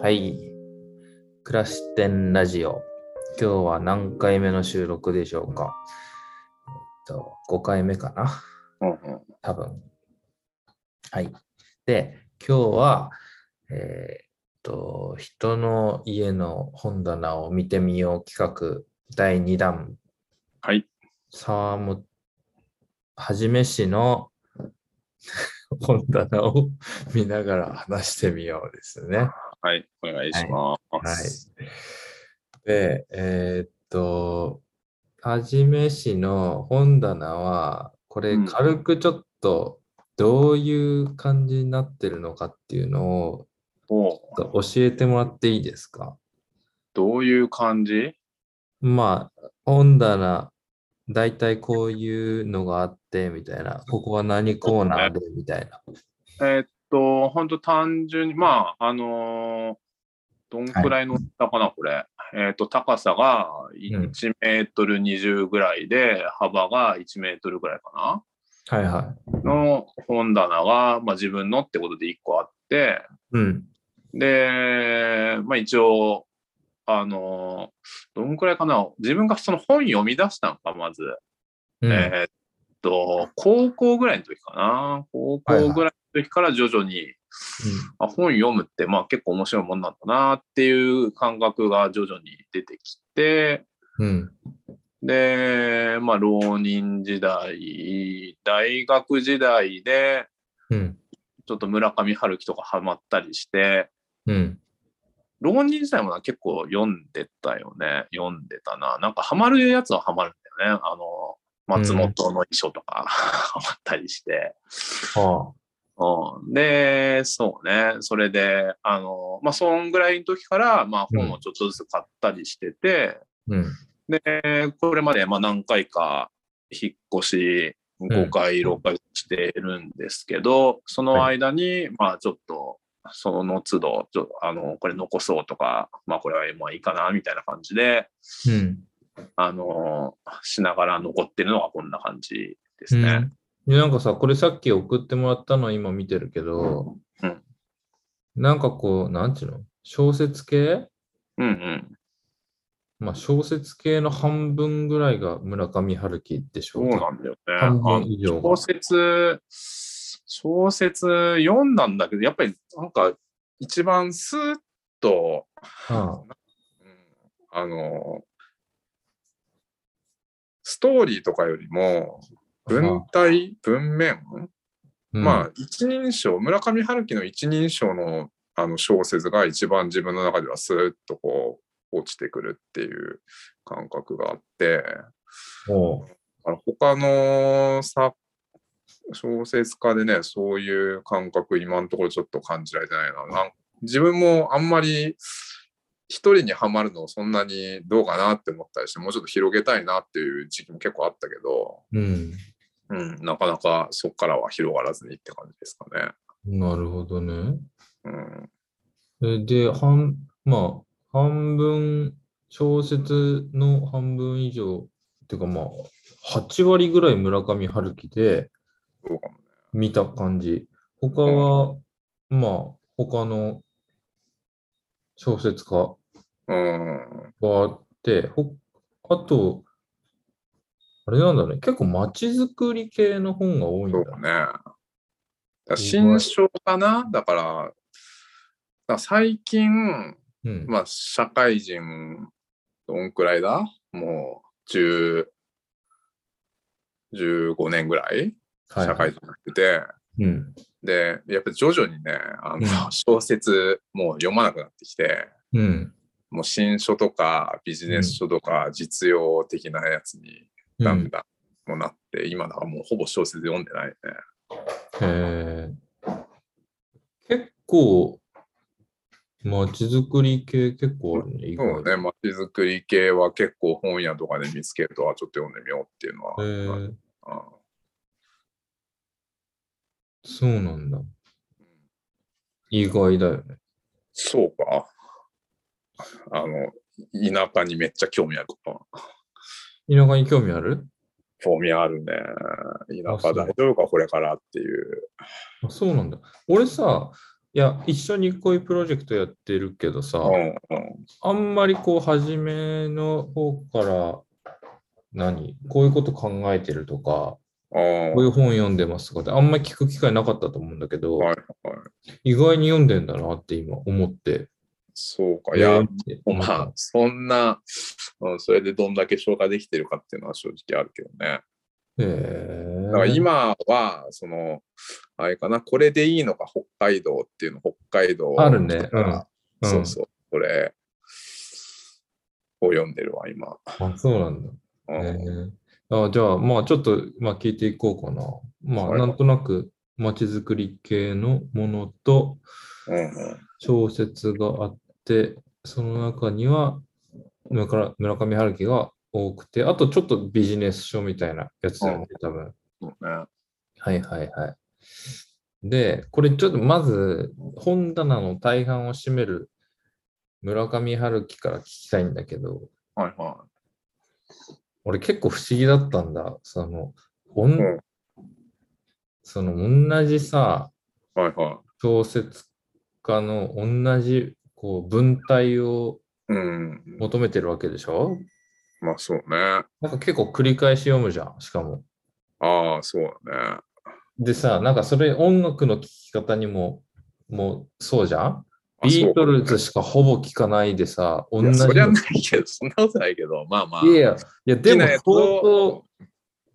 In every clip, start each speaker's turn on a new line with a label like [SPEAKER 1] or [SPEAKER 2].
[SPEAKER 1] はい。クラステンラジオ。今日は何回目の収録でしょうかえっと、5回目かな
[SPEAKER 2] うんうん。
[SPEAKER 1] 多分。はい。で、今日は、えーっと、人の家の本棚を見てみよう企画第2弾、
[SPEAKER 2] はい。
[SPEAKER 1] 沢本、はじめ市の 本棚を見ながら話してみようですね。
[SPEAKER 2] はい。お願いします。
[SPEAKER 1] はい。 で、えーっと、はじめ市の本棚は、これ
[SPEAKER 2] うん
[SPEAKER 1] 軽くちょっとどういう感じになってるのかっていうのを
[SPEAKER 2] おう
[SPEAKER 1] ちょっと教えてもらっていいですか
[SPEAKER 2] どういう感じ
[SPEAKER 1] まあ、本棚、だいたいこういうのがあってみたいな、ここは何コーナーでみたいな。
[SPEAKER 2] えーっと、本当単純に、まあ、あのーどんくらいの高かな、これ。えーっと、高さが
[SPEAKER 1] うん
[SPEAKER 2] 1メートル20ぐらいで、幅が1メートルぐらいか
[SPEAKER 1] はいはい。
[SPEAKER 2] な。の本棚が、まあ、自分のってことで1個あって、
[SPEAKER 1] うん。
[SPEAKER 2] で、まあ、一応、あのーどんくらいかな自分がその本読み出したのか、まず。
[SPEAKER 1] うん
[SPEAKER 2] えーっと、高校ぐらいの時かな。高校ぐらいの時から徐々に、あ本読むって、まあ結構面白いもんなんだなっていう感覚が徐々に出てきて、
[SPEAKER 1] うん。うん。
[SPEAKER 2] で、まあ浪人時代、大学時代で、
[SPEAKER 1] うん。
[SPEAKER 2] ちょっと村上春樹とかハマったりして、
[SPEAKER 1] うん。
[SPEAKER 2] 浪人時代もな結構読んでたよね。読んでたな。なんかハマるやつはハマるんだよね。あの、松本の遺書とか、 ハマったりして。
[SPEAKER 1] あ
[SPEAKER 2] うんで、そうね。それで、あの、まあ、そんぐらいの時から、まあ、
[SPEAKER 1] うん
[SPEAKER 2] 本をちょっとずつ買ったりしてて、
[SPEAKER 1] うん。
[SPEAKER 2] で、これまで、まあ、何回か引っ越し、5回、6回してるんですけど、その間に、まあ、ちょっと、その都度、ちょあの、これ残そうとか、まあ、これはもういいかな、みたいな感じで、
[SPEAKER 1] うん。
[SPEAKER 2] あの、しながら残ってるのがこんな感じですね。
[SPEAKER 1] うん、でなんかさ、これさっき送ってもらったの今見てるけど、
[SPEAKER 2] うん
[SPEAKER 1] なんかこう、なんていうの小説系
[SPEAKER 2] うんうん。
[SPEAKER 1] まあ小説系の半分ぐらいが村上春樹でしょ
[SPEAKER 2] そうなんだよね。
[SPEAKER 1] 半
[SPEAKER 2] あの
[SPEAKER 1] 分以上が
[SPEAKER 2] 小。説、小説読んだんだけど、やっぱりなんか一番スーッと、
[SPEAKER 1] あ
[SPEAKER 2] うんあの、ストーリーとかよりも、文体、文面、まあ、一人称、村上春樹の一人称のあの小説が一番自分の中ではスーッとこう、落ちてくるっていう感覚があって、
[SPEAKER 1] あ、も
[SPEAKER 2] あの他の作小説家でね、そういう感覚、今のところちょっと感じられてないな。なん自分もあんまり一人にはまるのそんなにどうかなって思ったりして、もうちょっと広げたいなっていう時期も結構あったけど、
[SPEAKER 1] う、うん。
[SPEAKER 2] うん、なかなかそこからは広がらずにって感じですかね。
[SPEAKER 1] なるほどね。
[SPEAKER 2] うん、
[SPEAKER 1] えで、半、まあ、半分、小説の半分以上、っていうかまあ、8割ぐらい村上春樹で、
[SPEAKER 2] そうかもね。
[SPEAKER 1] 見た感じ。他は、まあ、他の小説家
[SPEAKER 2] うん、
[SPEAKER 1] があって、ほあと、あれなんだね、結構街づくり系の本が多いん
[SPEAKER 2] そう
[SPEAKER 1] だ
[SPEAKER 2] かね。
[SPEAKER 1] ね。
[SPEAKER 2] だから新書かなだから、だから最近、
[SPEAKER 1] うん。
[SPEAKER 2] まあ、社会人、どんくらいだもう、10 15年ぐらい
[SPEAKER 1] はい
[SPEAKER 2] 社会人になってて、
[SPEAKER 1] うん。
[SPEAKER 2] で、やっぱり徐々にね、あ
[SPEAKER 1] うん
[SPEAKER 2] の、小説、もう読まなくなってきて、
[SPEAKER 1] うん。
[SPEAKER 2] もう新書とかビジネス書とか実用的なやつに
[SPEAKER 1] う
[SPEAKER 2] だん
[SPEAKER 1] ん。
[SPEAKER 2] だんもうなって、今だからもうほぼ小説読んでないね。
[SPEAKER 1] へー結構、街づくり系結構あるね、意
[SPEAKER 2] そう
[SPEAKER 1] 外
[SPEAKER 2] ね、街づくり系は結構本屋とかで見つけると、あちょっと読んでみようっていうのは、
[SPEAKER 1] へー
[SPEAKER 2] あ
[SPEAKER 1] そうなんだ。意外だよね。
[SPEAKER 2] そうか。あの、田舎にめっちゃ興味あると。
[SPEAKER 1] 田舎に興味ある
[SPEAKER 2] 興味あるね。
[SPEAKER 1] あ
[SPEAKER 2] 田
[SPEAKER 1] そ
[SPEAKER 2] 舎
[SPEAKER 1] う
[SPEAKER 2] 大丈夫か、これからっていう。
[SPEAKER 1] あそうなんだ。俺さ、いや、一緒にこういうプロジェクトやってるけどさ、
[SPEAKER 2] うん
[SPEAKER 1] あんまりこう、初めの方から、何こういうこと考えてるとか、
[SPEAKER 2] うん。
[SPEAKER 1] こう
[SPEAKER 2] あ
[SPEAKER 1] いう本読んでますとかって、あんまり聞く機会なかったと思うんだけど、
[SPEAKER 2] あ、はいはい。
[SPEAKER 1] 意外に読んでんだなって今思って。
[SPEAKER 2] そうか。いや、
[SPEAKER 1] って思っ
[SPEAKER 2] ま
[SPEAKER 1] た
[SPEAKER 2] あ、そんな、うん、それでどんだけ消化できてるかっていうのは正直あるけどね。
[SPEAKER 1] へ
[SPEAKER 2] だから
[SPEAKER 1] え。
[SPEAKER 2] 今は、その、あれかな、これでいいのか、北海道っていうの、北海道。
[SPEAKER 1] あるねうんうん
[SPEAKER 2] そうそう、これを読んでるわ、今。
[SPEAKER 1] あ、そうなんだ。
[SPEAKER 2] うん
[SPEAKER 1] えーあじゃあ、まあちょっと、まあ、聞いていこうかな。まあ、
[SPEAKER 2] はい
[SPEAKER 1] なんとなく、まちづくり系のものと
[SPEAKER 2] うんうん
[SPEAKER 1] 小説があって、その中には村から村上春樹が多くて、あとちょっとビジネス書みたいなやつだよね、多分。
[SPEAKER 2] そうね
[SPEAKER 1] はいはいはい。で、これちょっとまず本棚の大半を占める村上春樹から聞きたいんだけど、
[SPEAKER 2] はいは
[SPEAKER 1] 俺結構不思議だったんだ。その、おん
[SPEAKER 2] うん
[SPEAKER 1] その同じさ、
[SPEAKER 2] い。はいは
[SPEAKER 1] 小説家の同じこう文体を
[SPEAKER 2] い。うん。
[SPEAKER 1] 求めてるわけでしょ
[SPEAKER 2] まあそうね。あ
[SPEAKER 1] なんか結構繰り返し読むじゃん、しかも。
[SPEAKER 2] あ、そうだね。
[SPEAKER 1] でさ、なんかそれ音楽の聴き方にも、もうそうじゃん
[SPEAKER 2] あ
[SPEAKER 1] ビートル
[SPEAKER 2] そう
[SPEAKER 1] ズしかほぼ聴かないでさ、同
[SPEAKER 2] いや
[SPEAKER 1] じの。
[SPEAKER 2] そりゃ
[SPEAKER 1] い
[SPEAKER 2] ないけど、そんなことないけど、まあまあ。
[SPEAKER 1] やいや、いやでも
[SPEAKER 2] 好きなやつ
[SPEAKER 1] 相
[SPEAKER 2] を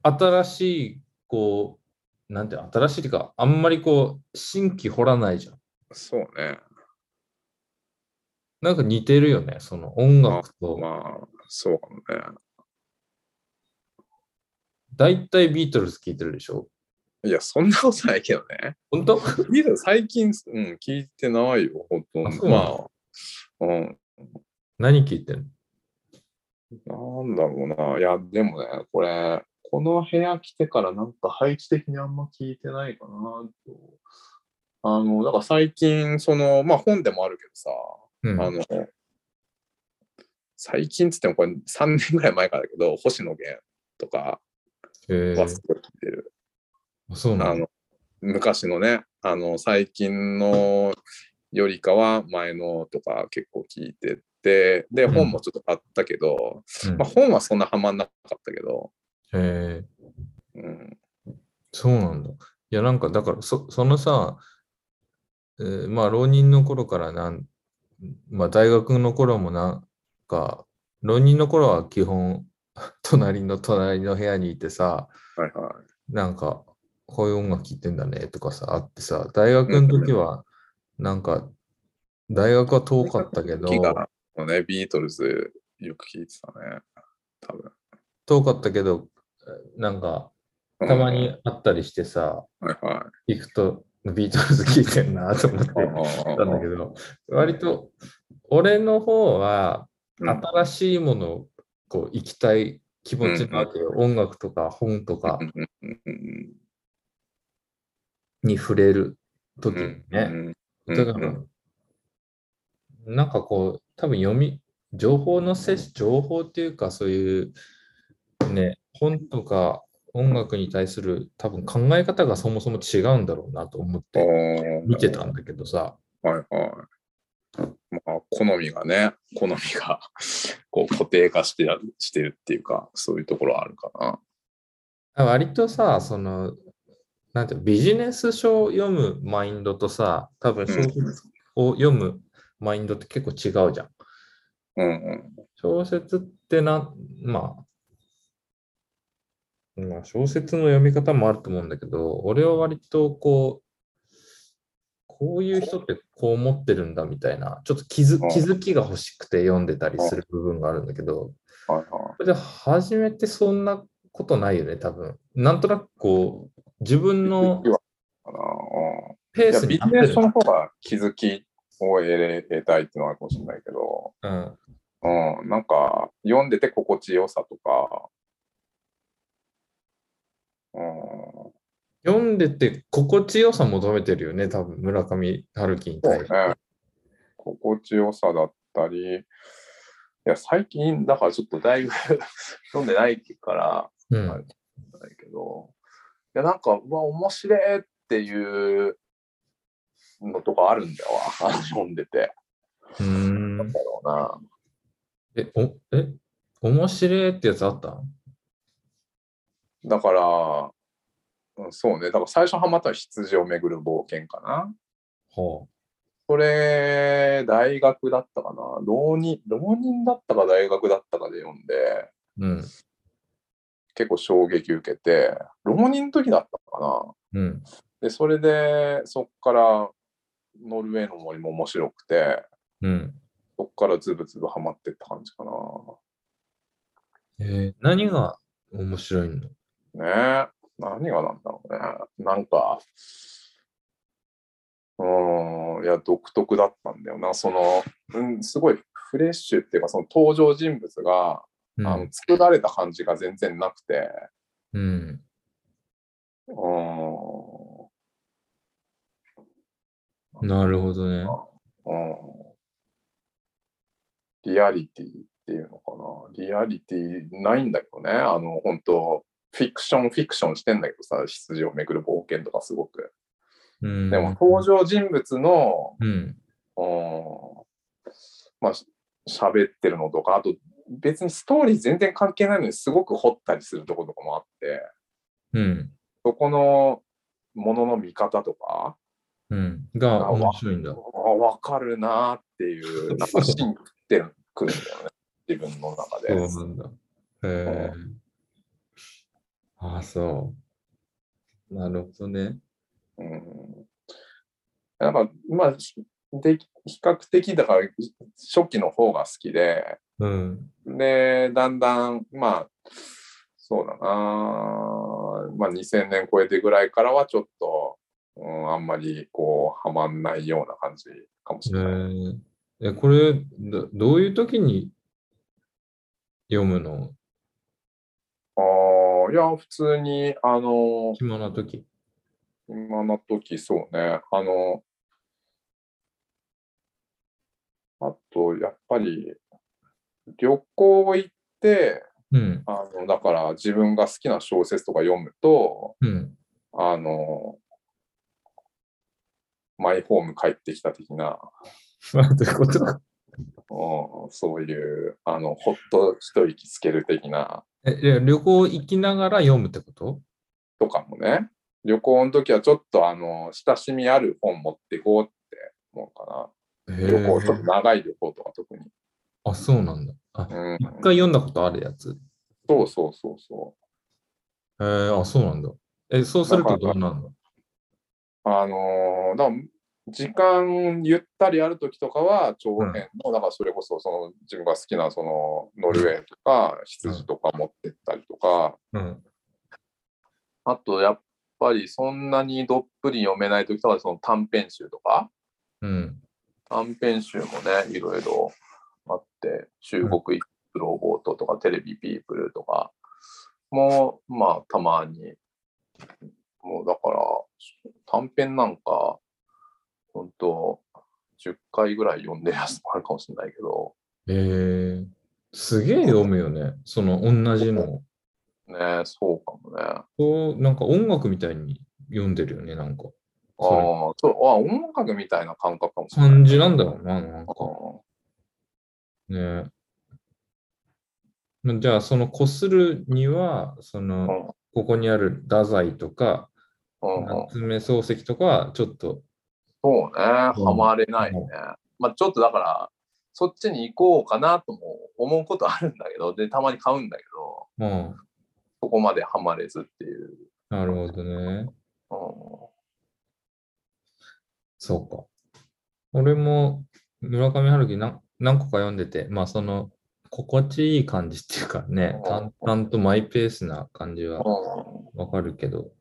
[SPEAKER 1] 当新しい、こう、なんて新しいっていうか、あんまりこう、新規掘らないじゃん。
[SPEAKER 2] そうね。
[SPEAKER 1] なんか似てるよね、その音楽と。
[SPEAKER 2] まあ、そうかもね。
[SPEAKER 1] だいたいビートルズ聴いてるでしょ
[SPEAKER 2] いや、そんなことないけどね。
[SPEAKER 1] 本当
[SPEAKER 2] ビートルズ最近、うん、聞いてないよ、ほと
[SPEAKER 1] あ
[SPEAKER 2] ん
[SPEAKER 1] そ
[SPEAKER 2] ど。
[SPEAKER 1] うなん
[SPEAKER 2] まあ、うん、
[SPEAKER 1] 何聴いてるの
[SPEAKER 2] なんだろうな。いや、でもね、これ、この部屋来てからなんか配置的にあんま聞いてないかなと。あの、だから最近、その、まあ本でもあるけどさ、
[SPEAKER 1] うん。
[SPEAKER 2] あの、最近っつってもこれ3年ぐらい前からだけど、星野源とか
[SPEAKER 1] え
[SPEAKER 2] はすごい聞いてる。
[SPEAKER 1] ー、そうな
[SPEAKER 2] あ
[SPEAKER 1] の
[SPEAKER 2] の昔のね、あの最近のよりかは前のとか結構聞いてて、で、
[SPEAKER 1] うん
[SPEAKER 2] 本もちょっと買ったけど、
[SPEAKER 1] うん
[SPEAKER 2] まあ本はそんなハマんなかったけど、
[SPEAKER 1] えー
[SPEAKER 2] うん、
[SPEAKER 1] そうなんだ。いや、なんか、だから、そそのさ、えーまあ、浪人の頃からなん、まあ、大学の頃もなんか、浪人の頃は基本、 隣の隣の部屋にいてさ、
[SPEAKER 2] はいはい。
[SPEAKER 1] なんか、こういう音楽聴いてんだねとかさ、あってさ、大学の時は、なんか、大学は遠かったけど、
[SPEAKER 2] ギガのね、ビートルズよく聞いてたね、多分。
[SPEAKER 1] 遠かったけど、なんか、
[SPEAKER 2] うん
[SPEAKER 1] たまに。会ったりしてさ、
[SPEAKER 2] はいはい。
[SPEAKER 1] 行くと、ビートルズ聴いてんなと思って。
[SPEAKER 2] あ
[SPEAKER 1] ったんだけど、割と俺の方は
[SPEAKER 2] うん
[SPEAKER 1] 新しいものをこう行きたい気持ちなわけよ。音楽とか本とか
[SPEAKER 2] うんうんうん
[SPEAKER 1] に触れる
[SPEAKER 2] う
[SPEAKER 1] 時に
[SPEAKER 2] ん
[SPEAKER 1] ね。
[SPEAKER 2] うん
[SPEAKER 1] だから、なんかこう、多分読み、情報の摂取、情報っていうかそういうね、本とか音楽に対する多分考え方がそもそも違うんだろうなと思って見てたんだけどさ。
[SPEAKER 2] はいはい。まあ、好みがね、好みがこう固定化してやるしてるっていうか、そういうところはあるかな。
[SPEAKER 1] 割とさ、その、なんていうのビジネス書を読むマインドとさ、多分小説を読むマインドって結構違うじゃん。
[SPEAKER 2] うんうん。
[SPEAKER 1] 小説ってな、まあ、まあ、小説の読み方もあると思うんだけど、俺は割とこう、こういう人ってこう思ってるんだみたいな、ちょっと気づ
[SPEAKER 2] うん
[SPEAKER 1] 気づきが欲しくて読んでたりする部分があるんだけど、
[SPEAKER 2] はいは
[SPEAKER 1] これで初めてそんなことないよね、多分。なんとなくこう、自分
[SPEAKER 2] い。
[SPEAKER 1] の
[SPEAKER 2] 気づきはかな
[SPEAKER 1] ペー
[SPEAKER 2] うん、
[SPEAKER 1] ス
[SPEAKER 2] い
[SPEAKER 1] に
[SPEAKER 2] や
[SPEAKER 1] 合っ
[SPEAKER 2] ビ
[SPEAKER 1] て
[SPEAKER 2] ジネス
[SPEAKER 1] る
[SPEAKER 2] の方が気づきを得れ得たいっていうのはあるかもしれないけど、
[SPEAKER 1] うん。
[SPEAKER 2] うん、なんか読んでて心地よさとか、うん、
[SPEAKER 1] 読んでて心地よさ求めてるよね、多分村上春樹に
[SPEAKER 2] そう
[SPEAKER 1] 対して。
[SPEAKER 2] ね。心地よさだったり、いや、最近、だからちょっとだいぶ 飲んでないから、
[SPEAKER 1] うん。
[SPEAKER 2] はいだけど、いや、なんか、うわ、面白いっていうのとかあるんだよ わ読んでて。
[SPEAKER 1] うーん
[SPEAKER 2] だろうな。
[SPEAKER 1] え、お、え、面白いってやつあったん
[SPEAKER 2] だから、うんそうね、だから最初ハマったのは羊をめぐる冒険かな。
[SPEAKER 1] ほ
[SPEAKER 2] それ、大学だったかな。浪人、浪人だったか大学だったかで読んで、
[SPEAKER 1] う。うん。
[SPEAKER 2] 結構衝撃受けて、浪人の時だったか
[SPEAKER 1] う
[SPEAKER 2] な。
[SPEAKER 1] ん。
[SPEAKER 2] で、それで、そっから、ノルウェーの森も面白くて、
[SPEAKER 1] うん。
[SPEAKER 2] そっからズブズブハマってった感じかな。
[SPEAKER 1] えー何が面白いの
[SPEAKER 2] ねえ、何がなんだろうね。なんか、うーん、いや、独特だったんだよな。その、うん、すごいフレッシュっていうか、その登場人物が、
[SPEAKER 1] う
[SPEAKER 2] あの
[SPEAKER 1] ん。
[SPEAKER 2] 作られた感じが全然なくて、
[SPEAKER 1] うん。
[SPEAKER 2] うーん、
[SPEAKER 1] なるほどね。
[SPEAKER 2] うんリアリティっていうのかな。リアリティないんだけどね。あの、本当フィクション、フィクションしてんだけどさ、羊をめぐる冒険とかすごく。
[SPEAKER 1] うん。
[SPEAKER 2] でも、登場人物の、
[SPEAKER 1] うん。
[SPEAKER 2] うん、まあ、し喋ってるのとか、あと、別にストーリー全然関係ないのに、すごく掘ったりするところとかもあって、
[SPEAKER 1] うん。
[SPEAKER 2] そこのものの見方とか、
[SPEAKER 1] うん。が面白いんだ。
[SPEAKER 2] あ分かるなーっていう、なんか芯食ってくるんだよね、自分の中
[SPEAKER 1] そう
[SPEAKER 2] で。
[SPEAKER 1] なんだ。へえ。ああ、そう。なるほどね。
[SPEAKER 2] うん、なんか、まあ、で比較的、だから、初期の方が好きで、
[SPEAKER 1] うん。
[SPEAKER 2] で、だんだん、まあ、そうだな、まあ、2000年超えてぐらいからは、ちょっと、うん、あんまり、こう、はまんないような感じかもし
[SPEAKER 1] え
[SPEAKER 2] れない。
[SPEAKER 1] ーえ、これど、どういう時に読むの
[SPEAKER 2] ああ、いや、普通に、あの、
[SPEAKER 1] 暇な時。
[SPEAKER 2] 今の時、そうね。あの、あと、やっぱり、旅行行って、
[SPEAKER 1] うん。
[SPEAKER 2] あの、だから自分が好きな小説とか読むと、
[SPEAKER 1] うん。
[SPEAKER 2] あの、マイホーム帰ってきた的な、
[SPEAKER 1] ま あ、どういうことだ
[SPEAKER 2] うん、そういう、あの、ほっと一息つける的な、
[SPEAKER 1] え、で旅行行きながら読むってこと
[SPEAKER 2] とかもね。旅行の時はちょっと、あの、親しみある本持っていこうって思うか
[SPEAKER 1] へ
[SPEAKER 2] な。旅行、
[SPEAKER 1] え
[SPEAKER 2] ちょっと長い旅行とか特に。
[SPEAKER 1] あ、そうなんだ。あ、
[SPEAKER 2] うん
[SPEAKER 1] 一回読んだことあるやつ。
[SPEAKER 2] そうそうそうそ
[SPEAKER 1] えー、あ、そうなんだ。え、そうするとどうなるの
[SPEAKER 2] う。あのーだから時間ゆったりある時とかは長編の、だからそれこそその自分が好きなそのノルウェーとか羊とか持ってったりとか、
[SPEAKER 1] うん。
[SPEAKER 2] あとやっぱりそんなにどっぷり読めない時とかはその短編集とか
[SPEAKER 1] うん。
[SPEAKER 2] 短編集もねいろいろあって中国イプロボートとかテレビピープルとかもまあたまにもうだから短編なんか本当10回ぐらい読んでるやつもあるかもしれないけど
[SPEAKER 1] えー、すげえ読むよね。その同じのを。
[SPEAKER 2] ねそうかもねああ
[SPEAKER 1] こう、なんか音楽みたいに読んでるよね、なんか。そ
[SPEAKER 2] そうあ音楽みたいな感覚かもし
[SPEAKER 1] う
[SPEAKER 2] れない
[SPEAKER 1] 感じなんだろうな、なんか。
[SPEAKER 2] う
[SPEAKER 1] ねまじゃあ、そのこするには、その、ここにある太宰とか、
[SPEAKER 2] んうんうん
[SPEAKER 1] 夏目漱石とかは、ちょっと、
[SPEAKER 2] そうね、ハマれないね。まあちょっとだから、そっちに行こうかなとも思うことあるんだけど、で、たまに買うんだけど、
[SPEAKER 1] うん、
[SPEAKER 2] そこまでハマれずっていう。
[SPEAKER 1] なるほどね。
[SPEAKER 2] う
[SPEAKER 1] そうか。俺も、村上春樹何何個か読んでて、まあ、その、心地いい感じっていうかね、淡々とマイペースな感じは
[SPEAKER 2] ん
[SPEAKER 1] わかるけど、
[SPEAKER 2] うんうん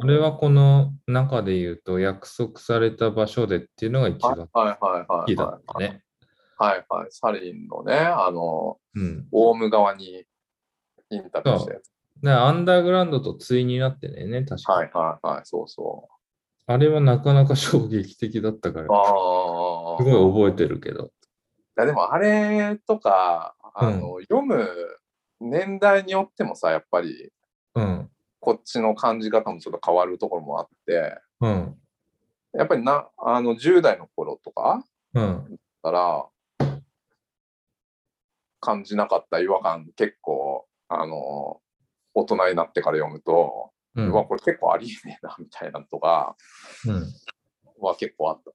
[SPEAKER 1] 俺はこの中で言うと、約束された場所でっていうのが一
[SPEAKER 2] はい
[SPEAKER 1] 番
[SPEAKER 2] はいはい
[SPEAKER 1] 好
[SPEAKER 2] はい
[SPEAKER 1] きだ
[SPEAKER 2] は
[SPEAKER 1] った
[SPEAKER 2] い。
[SPEAKER 1] ね。
[SPEAKER 2] はいはい。サリンのね、あの、
[SPEAKER 1] うん。
[SPEAKER 2] オウム側にインタビューして。
[SPEAKER 1] だからアンダーグラウンドと対になってんだよね、確かに。
[SPEAKER 2] はいはいはい、そうそ
[SPEAKER 1] あれはなかなか衝撃的だったから
[SPEAKER 2] う。、あ
[SPEAKER 1] すご
[SPEAKER 2] あ。
[SPEAKER 1] い覚えてるけど。
[SPEAKER 2] いやでもあれとか、あの、読む年代によってもさ、やっぱり、
[SPEAKER 1] うん、
[SPEAKER 2] こっちの感じ方もちょっと変わるところもあって、
[SPEAKER 1] うん、
[SPEAKER 2] やっぱりな、あの、10代の頃とか
[SPEAKER 1] うん。
[SPEAKER 2] だったら、感じなかった違和感結構、あの、大人になってから読むと、
[SPEAKER 1] う。
[SPEAKER 2] うんわ、これ結構ありえねえな、みたいなのとか
[SPEAKER 1] うん
[SPEAKER 2] は結構あった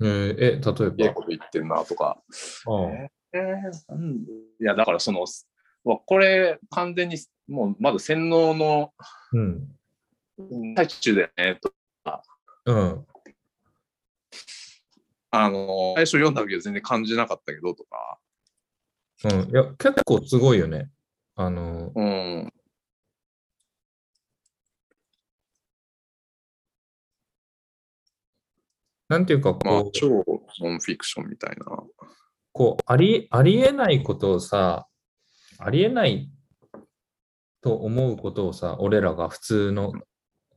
[SPEAKER 2] な。
[SPEAKER 1] えーえ、例
[SPEAKER 2] い
[SPEAKER 1] え
[SPEAKER 2] いこと言ってんな、とか。
[SPEAKER 1] ば。うん
[SPEAKER 2] えーなんでいや、だからその、うわこれ完全に、もうまだ洗脳の
[SPEAKER 1] うん。
[SPEAKER 2] 最中だよね、と。
[SPEAKER 1] うん。
[SPEAKER 2] あの、最初読んだ時は全然感じなかったけど、とか。
[SPEAKER 1] うん。いや、結構すごいよね。あの、
[SPEAKER 2] うん。
[SPEAKER 1] なんていうか、
[SPEAKER 2] ま
[SPEAKER 1] こ、
[SPEAKER 2] あ
[SPEAKER 1] う、
[SPEAKER 2] 超ノンフィクションみたいな。
[SPEAKER 1] こうあり、ありえないことをさ、ありえないと思うことをさ、俺らが普通の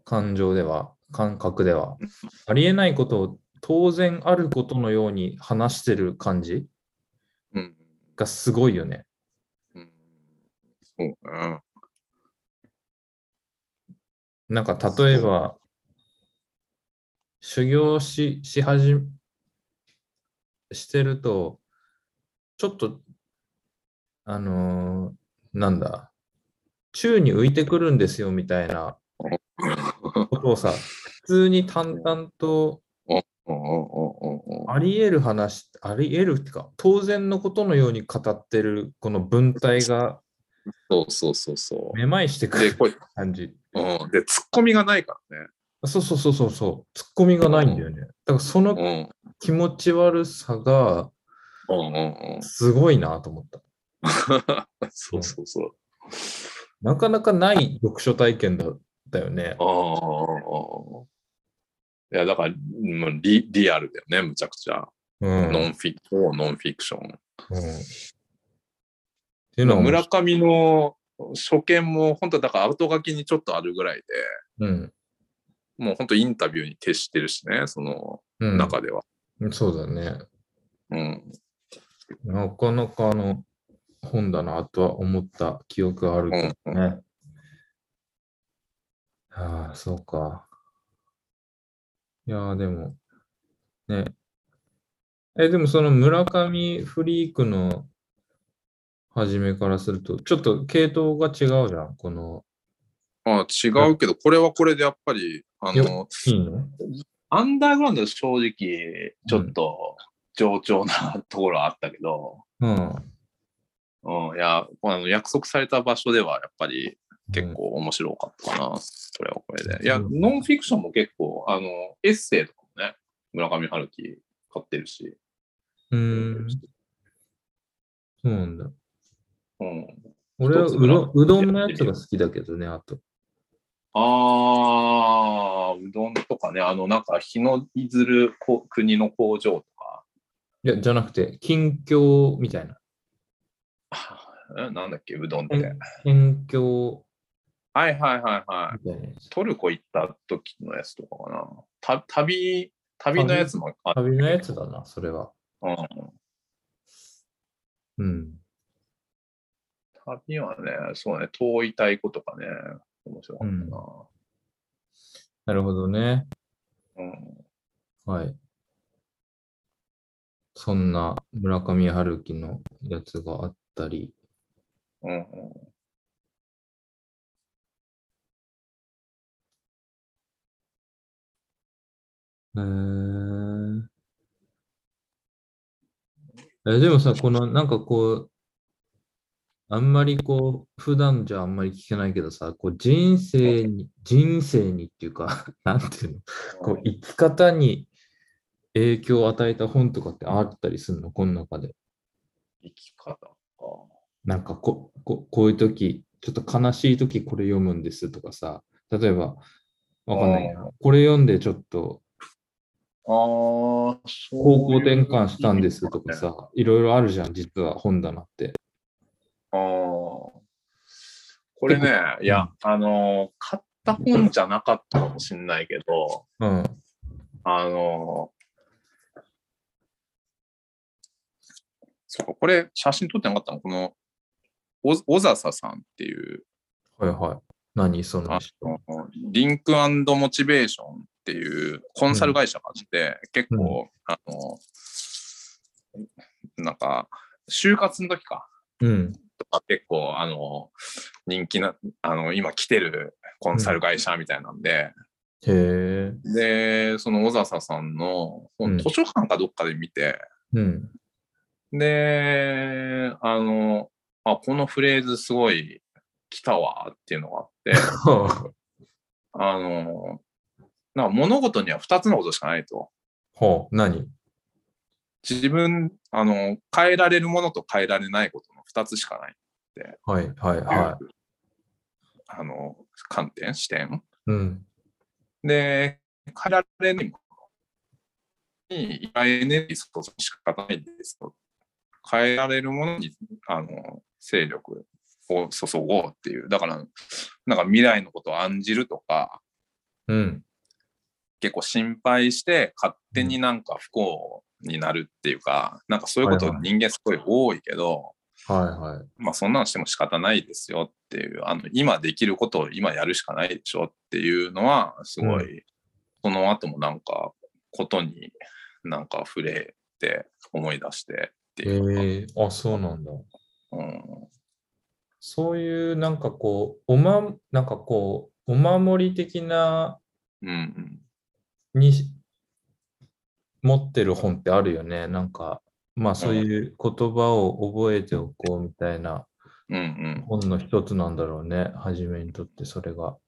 [SPEAKER 1] 感情では、感覚では、ありえないことを当然あることのように話してる感じ
[SPEAKER 2] うん。
[SPEAKER 1] がすごいよね。
[SPEAKER 2] うんそうね。
[SPEAKER 1] なんか例えば、修行しし始めしてると、ちょっと、あのーなんだ、宙に浮いてくるんですよみたいなことをさ、普通に淡々と
[SPEAKER 2] うんうんうんうんうん。
[SPEAKER 1] あり得る話、あり得るってか、当然のことのように語ってるこの文体が
[SPEAKER 2] そうそうそうそ
[SPEAKER 1] めまいして
[SPEAKER 2] う。
[SPEAKER 1] く
[SPEAKER 2] で、
[SPEAKER 1] る
[SPEAKER 2] これ、
[SPEAKER 1] 感じ。
[SPEAKER 2] うん。で、ツッコミがないからね。
[SPEAKER 1] そうそうそうそうそう、ツッコミがないんだよね。だからその
[SPEAKER 2] うん。
[SPEAKER 1] 気持ち悪さが
[SPEAKER 2] うんうんうん。
[SPEAKER 1] すごいなと思った。
[SPEAKER 2] そうそうそう。
[SPEAKER 1] なかなかない読書体験だったよね。
[SPEAKER 2] ああ。いや、だから、まあリリアルだよね、むちゃくちゃ。
[SPEAKER 1] うん。う
[SPEAKER 2] ノ
[SPEAKER 1] ん、っ
[SPEAKER 2] ンフィクション、ノンフィクション。
[SPEAKER 1] ていうのは、
[SPEAKER 2] 村上の初見も、本当だから、後書きにちょっとあるぐらいで、
[SPEAKER 1] うん。
[SPEAKER 2] もう本当インタビューに徹してるしね、その
[SPEAKER 1] うん、
[SPEAKER 2] 中では。
[SPEAKER 1] そうだね。
[SPEAKER 2] うん。
[SPEAKER 1] なかなかあの本だなとは思った記憶がある
[SPEAKER 2] う
[SPEAKER 1] け
[SPEAKER 2] ん。
[SPEAKER 1] どね。ああ、そうか。いやーでも、ね。え、でもその村上フリークの始めからすると、ちょっと系統が違うじゃん、この、
[SPEAKER 2] まあ違うけど、これはこれでやっぱり、あの、
[SPEAKER 1] いいの
[SPEAKER 2] アンダーグラウンドは正直、ちょっと上調なところはあったけど、
[SPEAKER 1] うん。
[SPEAKER 2] うん、いや、あの約束された場所ではやっぱり結構面白かったかな、これはこれで。いや、
[SPEAKER 1] うん
[SPEAKER 2] ノンフィクションも結構、あの、エッセイとかもね、村上春樹買ってるし。
[SPEAKER 1] うん。うーん、そうなんだ。
[SPEAKER 2] うん。
[SPEAKER 1] 俺は
[SPEAKER 2] 一つ
[SPEAKER 1] うどん
[SPEAKER 2] 村
[SPEAKER 1] うどんのやつが好きだけどね、あと。
[SPEAKER 2] あー、うどんとかね、あの、なんか、日のいずるこ国の工場とか
[SPEAKER 1] いや、じゃなくて、近況みたいな。
[SPEAKER 2] あ、えなんだっけ、うどんって。
[SPEAKER 1] うん近況
[SPEAKER 2] はいはいはいはい。
[SPEAKER 1] みたいなやつ。
[SPEAKER 2] トルコ行った時のやつとかかな。た旅、旅のやつもあっ
[SPEAKER 1] 旅のやつだな、それは。
[SPEAKER 2] うん、
[SPEAKER 1] うん。
[SPEAKER 2] 旅はね、そうね、遠いたいことかね、面白かったな。
[SPEAKER 1] なるほどね。
[SPEAKER 2] うん
[SPEAKER 1] はい。そんな村上春樹のやつがあったり。
[SPEAKER 2] うんうん
[SPEAKER 1] へーえ、でもさ、このなんかこう、あんまりこう、普段じゃあんまり聞けないけどさ、こう人生に、人生にっていうか、 なんていうの、こう生き方に影響を与えた本とかってあったりするのこの中で。
[SPEAKER 2] 生き方か。
[SPEAKER 1] なんかこここういう時、ちょっと悲しい時これ読むんですとかさ、例えば、わかんないけど、これ読んでちょっと
[SPEAKER 2] ああ、方
[SPEAKER 1] 方向転換したんですとか。さ、いろいろあるじゃん、実は本棚って。
[SPEAKER 2] ああ。これね、いや、あのー、買った本じゃなかったかもしんないけど、
[SPEAKER 1] うん。
[SPEAKER 2] あのー、そうか、これ写真撮ってなかったのこの、お小笹さんっていう、
[SPEAKER 1] はいはい。何その
[SPEAKER 2] あ
[SPEAKER 1] 人。
[SPEAKER 2] のリンクモチベーションっていうコンサル会社があって、結構、あの、なんか、就活の時か、
[SPEAKER 1] うん。
[SPEAKER 2] とか結構、あの、人気な、あの、今来てるコンサル会社みたいなんで、
[SPEAKER 1] へえ。
[SPEAKER 2] で、その小笹さんの
[SPEAKER 1] うん
[SPEAKER 2] 図書館かどっかで見て、
[SPEAKER 1] うん。
[SPEAKER 2] で、あの、あ、このフレーズすごい来たわっていうのがあって、
[SPEAKER 1] ほ
[SPEAKER 2] あの、なんか物事には2つのことしかないと。
[SPEAKER 1] う、何
[SPEAKER 2] 自分、あの、変えられるものと変えられないことの2つしかない。
[SPEAKER 1] はいはいは
[SPEAKER 2] あの、観点、視点。
[SPEAKER 1] い。うん。
[SPEAKER 2] で、変えられないものに、いわゆるエネルギー注ぐしかないんですよ。変えられるものに、あの、勢力を注ごうっていう。だから、なんか未来のことを案じるとか、
[SPEAKER 1] うん。
[SPEAKER 2] 結構心配して勝手になんか不幸になるっていうか、なんかそういうこと
[SPEAKER 1] はいは
[SPEAKER 2] 人間すごい多いけど、
[SPEAKER 1] はいはい。
[SPEAKER 2] まあそんなのしても仕方ないですよっていう、あの今できることを今やるしかないでしょっていうのは、すごい、その後もなんかことになんか触れて思い出してって
[SPEAKER 1] え
[SPEAKER 2] いうか、
[SPEAKER 1] えあ、そうなんだ。
[SPEAKER 2] うん、
[SPEAKER 1] そういうなんかこう、おま、なんかこう、お守り的な
[SPEAKER 2] うんうん、
[SPEAKER 1] に持ってる本ってあるよね。なんか、まあそういう言葉を覚えておこうみたいな
[SPEAKER 2] うんうん
[SPEAKER 1] 本の一つなんだろうね。はじめにとってそれが。
[SPEAKER 2] そ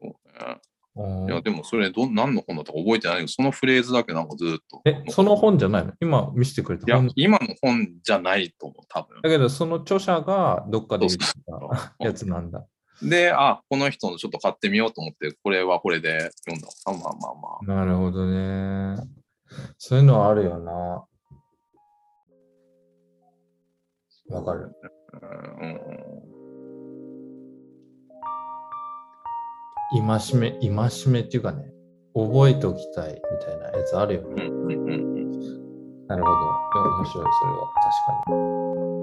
[SPEAKER 2] うね。
[SPEAKER 1] うん
[SPEAKER 2] いや、でもそれど、何の本だったか覚えてないけど、そのフレーズだけなんかずっと。
[SPEAKER 1] え、その本じゃないの今見せてくれ
[SPEAKER 2] い
[SPEAKER 1] た
[SPEAKER 2] や
[SPEAKER 1] 本。、
[SPEAKER 2] 今の本じゃないと思う、多分。
[SPEAKER 1] だけど、その著者がどっかで見て
[SPEAKER 2] そう
[SPEAKER 1] たやつなんだ。
[SPEAKER 2] で、あ、この人のちょっと買ってみようと思って、これはこれで読んだ。あまあまあまあ。
[SPEAKER 1] なるほどね。そういうのはあるよな。わかる。
[SPEAKER 2] うん、
[SPEAKER 1] 戒め、戒めっていうかね、覚えておきたいみたいなやつあるよね。
[SPEAKER 2] うん、うん、うん。
[SPEAKER 1] なるほど。面白い、それは。確かに。